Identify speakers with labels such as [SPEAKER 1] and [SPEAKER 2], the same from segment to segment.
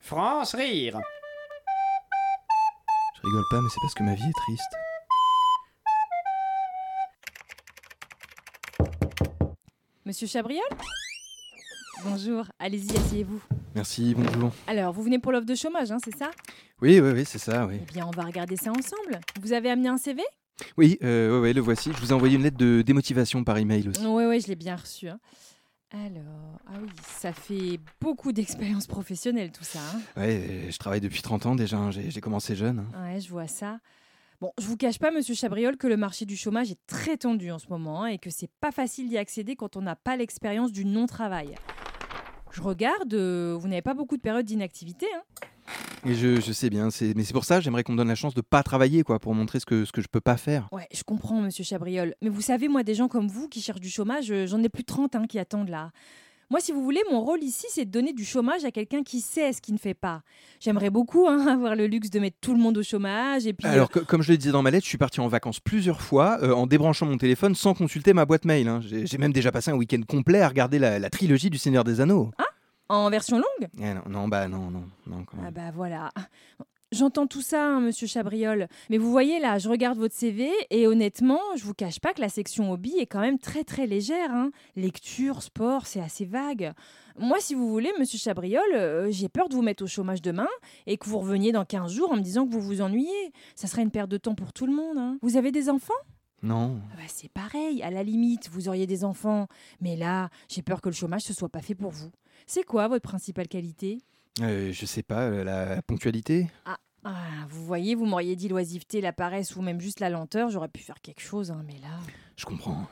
[SPEAKER 1] France rire.
[SPEAKER 2] Je rigole pas, mais c'est parce que ma vie est triste.
[SPEAKER 3] Monsieur Chabriol Bonjour, allez-y, asseyez-vous.
[SPEAKER 2] Merci, bonjour.
[SPEAKER 3] Alors, vous venez pour l'offre de chômage, hein, c'est ça
[SPEAKER 2] Oui, oui, oui, c'est ça,
[SPEAKER 3] Eh
[SPEAKER 2] oui.
[SPEAKER 3] bien, on va regarder ça ensemble. Vous avez amené un CV
[SPEAKER 2] Oui, euh, ouais, ouais, le voici. Je vous ai envoyé une lettre de démotivation par email aussi.
[SPEAKER 3] Oui, oui, je l'ai bien reçu. hein. Alors, ah oui, ça fait beaucoup d'expérience professionnelle tout ça. hein.
[SPEAKER 2] Ouais, euh, je travaille depuis 30 ans déjà, hein, j'ai j'ai commencé jeune. hein.
[SPEAKER 3] Ouais, je vois ça. Bon, je vous cache pas, monsieur Chabriol, que le marché du chômage est très tendu en ce moment hein, et que c'est pas facile d'y accéder quand on n'a pas l'expérience du non-travail. Je regarde, euh, vous n'avez pas beaucoup de périodes d'inactivité. hein.
[SPEAKER 2] Et je, je sais bien, c'est- mais c'est pour ça, j'aimerais qu'on me donne la chance de pas travailler, quoi, pour montrer ce que, ce que je peux pas faire.
[SPEAKER 3] Ouais, je comprends, monsieur Chabriol. Mais vous savez, moi, des gens comme vous qui cherchent du chômage, euh, j'en ai plus de 30 hein, qui attendent là. Moi, si vous voulez, mon rôle ici, c'est de donner du chômage à quelqu'un qui sait ce qu'il ne fait pas. J'aimerais beaucoup hein, avoir le luxe de mettre tout le monde au chômage et puis. euh,
[SPEAKER 2] Alors, co- comme je le disais dans ma lettre, je suis parti en vacances plusieurs fois euh, en débranchant mon téléphone sans consulter ma boîte mail. hein. J'ai j'ai même déjà passé un week-end complet à regarder la, la trilogie du Seigneur des Anneaux.
[SPEAKER 3] Ah. en version longue
[SPEAKER 2] Eh non, non, bah non, non, non. quand même.
[SPEAKER 3] Ah bah voilà. J'entends tout ça, hein, monsieur Chabriol. Mais vous voyez là, je regarde votre CV et honnêtement, je vous cache pas que la section hobby est quand même très très légère. hein. Lecture, sport, c'est assez vague. Moi, si vous voulez, monsieur Chabriol, euh, j'ai peur de vous mettre au chômage demain et que vous reveniez dans 15 jours en me disant que vous vous ennuyez. Ça serait une perte de temps pour tout le monde. hein. Vous avez des enfants
[SPEAKER 2] Non.
[SPEAKER 3] Ah bah, C'est pareil, à la limite, vous auriez des enfants. Mais là, j'ai peur que le chômage ne soit pas fait pour vous. C'est quoi votre principale qualité
[SPEAKER 2] Euh, je sais pas, euh, la ponctualité
[SPEAKER 3] Ah, vous voyez, vous m'auriez dit l'oisiveté, la paresse ou même juste la lenteur, j'aurais pu faire quelque chose, hein, mais là.
[SPEAKER 2] Je comprends.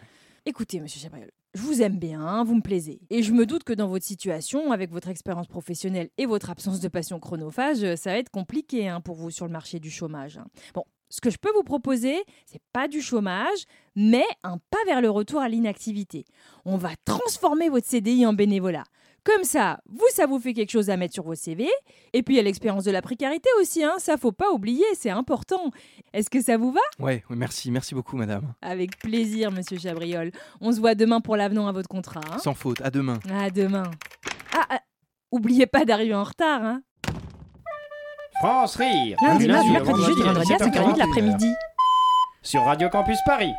[SPEAKER 3] Écoutez, monsieur Chabriol, je vous aime bien, vous me plaisez. Et je me doute que dans votre situation, avec votre expérience professionnelle et votre absence de passion chronophage, euh, ça va être compliqué hein, pour vous sur le marché du chômage. hein. Bon, ce que je peux vous proposer, c'est pas du chômage, mais un pas vers le retour à l'inactivité. On va transformer votre CDI en bénévolat. Comme ça, vous, ça vous fait quelque chose à mettre sur vos CV. Et puis, il y a l'expérience de la précarité aussi, hein, ça faut pas oublier, c'est important. Est-ce que ça vous va
[SPEAKER 2] Ouais, ouais, merci, merci beaucoup, madame.
[SPEAKER 3] avec plaisir, monsieur Chabriol. On se voit demain pour l'avenant à votre contrat. hein.
[SPEAKER 2] Sans faute, à demain.
[SPEAKER 3] à demain. Ah, ah, oubliez pas d'arriver en retard. Hein.
[SPEAKER 1] France rire.
[SPEAKER 2] Lundi,
[SPEAKER 1] Du
[SPEAKER 2] mardi,
[SPEAKER 1] au
[SPEAKER 2] mercredi, jeudi,
[SPEAKER 1] vendredi,
[SPEAKER 2] vendredi à
[SPEAKER 1] 17h40,
[SPEAKER 2] 5h40 de
[SPEAKER 1] Sur Radio Campus Paris.